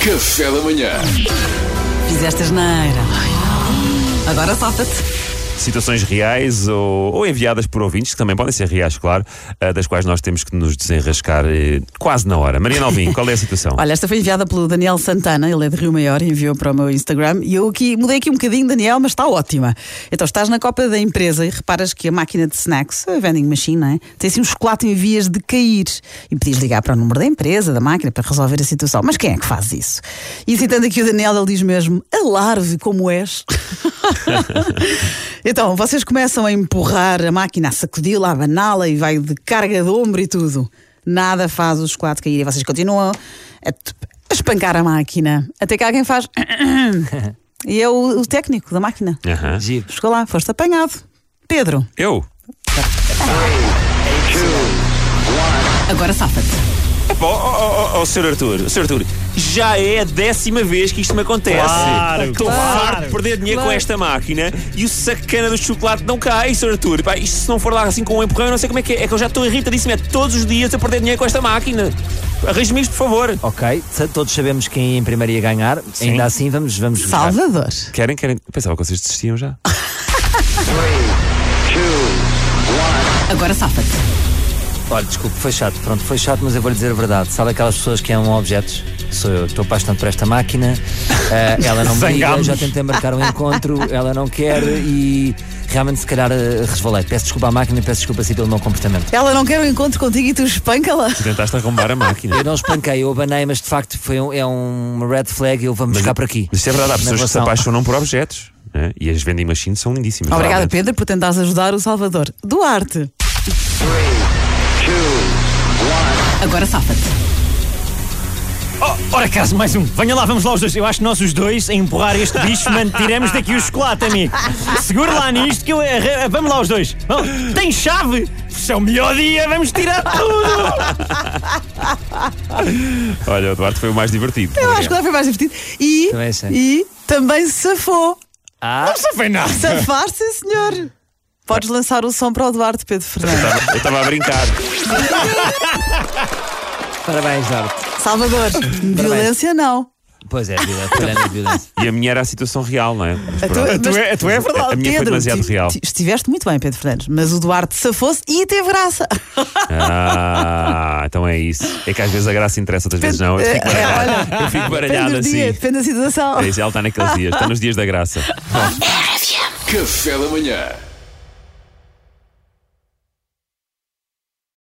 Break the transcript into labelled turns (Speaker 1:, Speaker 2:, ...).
Speaker 1: Café da manhã.
Speaker 2: Fizeste asneira. Agora safa-te.
Speaker 3: Situações reais ou, ou enviadas por ouvintes, que também podem ser reais, claro, ah, das quais nós temos que nos desenrascar eh, quase na hora. Maria Alvim, qual é a situação?
Speaker 2: Olha, esta foi enviada pelo Daniel Santana, ele é de Rio Maior e enviou para o meu Instagram. E eu aqui mudei aqui um bocadinho, Daniel, mas está ótima. Então estás na copa da empresa e reparas que a máquina de snacks, a vending machine, não é? tem assim um chocolate em vias de cair. E pedis ligar para o número da empresa, da máquina, para resolver a situação. Mas quem é que faz isso? E citando aqui o Daniel, ele diz mesmo: alarve como és. Então, vocês começam a empurrar a máquina, a sacudi-la, a abaná-la e vai de carga de ombro e tudo. Nada faz o chocolate cair e vocês continuam a, t- a espancar a máquina. Até que alguém faz. e é o, o técnico da máquina.
Speaker 3: Aham.
Speaker 4: Giro.
Speaker 2: Chegou lá, foste apanhado. Pedro,
Speaker 3: Eu?
Speaker 2: agora safa-te.
Speaker 3: Epá, ó, ó, ó, ó, Sr. Arthur, Sr. Arthur, já é a décima vez que isto me acontece.
Speaker 4: Claro,
Speaker 3: Estou
Speaker 4: claro.
Speaker 3: farto de perder dinheiro com esta máquina e o sacana do chocolate não cai, Sr. Arthur. Pá, isto se não for lá assim com um empurrão, eu não sei como é que é. É que eu já estou irritadíssimo. É todos os dias a perder dinheiro com esta máquina. Arranje-me isto, por favor.
Speaker 4: Ok, sa- todos sabemos quem em primeiro ia ganhar.
Speaker 3: Sim.
Speaker 4: Ainda assim, vamos, vamos jogar.
Speaker 2: Salvador.
Speaker 3: Querem, querem? Pensava que vocês desistiam já.
Speaker 2: Agora safa-te.
Speaker 4: Olha, desculpe, foi chato. Pronto, foi chato, mas eu vou lhe dizer a verdade. Sabe aquelas pessoas que amam objetos? Sou eu. Estou apaixonado por esta máquina. Ah, ela não me liga,
Speaker 3: Zangamos.
Speaker 4: já tentei marcar um encontro, ela não quer e realmente, se calhar, ah, resvalei. Peço desculpa à máquina, peço desculpa assim pelo meu comportamento.
Speaker 2: Ela não quer um encontro contigo e tu espanca-la.
Speaker 3: Tentaste arrombar a máquina.
Speaker 4: Eu não espanquei, eu abanei, mas de facto foi um- é uma red flag e eu vou-me buscar por aqui.
Speaker 3: Isto é verdade, há
Speaker 4: Na
Speaker 3: pessoas que se
Speaker 4: relação.
Speaker 3: apaixonam por objetos. né? E as vending machines são lindíssimas.
Speaker 2: Obrigada,
Speaker 3: realmente.
Speaker 2: Pedro, por tentares ajudar o Salvador. Duarte. Agora safa-te.
Speaker 5: Oh, ora caso, mais um. Venha lá, vamos lá os dois. Eu acho que nós os dois, a empurrar este bicho, mano, tiramos daqui o chocolate, amigo. Segura lá nisto que eu... arra- Vamos lá os dois. Vamos. Tem chave? Se é o melhor dia, vamos tirar tudo.
Speaker 3: Olha, o Duarte foi o mais divertido.
Speaker 2: Eu acho que lá foi mais divertido. E
Speaker 3: Então é
Speaker 4: Também achei.
Speaker 2: e também se safou.
Speaker 4: Ah,
Speaker 2: Safar, sim, senhor. Podes lançar o som para o Duarte Pedro Fernandes.
Speaker 3: Eu estava a brincar.
Speaker 4: parabéns, Duarte.
Speaker 2: Salvador, violência não.
Speaker 4: Pois é, violência, falhando violência.
Speaker 3: E a minha era a situação real, não é? Mas
Speaker 2: A
Speaker 3: pronto.
Speaker 2: mas-
Speaker 5: é- a tua é verdade.
Speaker 3: A minha foi
Speaker 2: Pedro,
Speaker 3: demasiado
Speaker 2: ti-
Speaker 3: real.
Speaker 2: ti- Estiveste muito bem, Pedro Fernandes, mas o Duarte safou-se e teve graça.
Speaker 3: Ah, então é isso. É que às vezes a graça interessa, outras vezes não. Eu fico baralhado, eu fico baralhado
Speaker 2: Depende do dia,
Speaker 3: assim. tá
Speaker 2: depende da situação.
Speaker 3: É isso, ela está naqueles dias, está nos dias da graça.
Speaker 1: Café da manhã.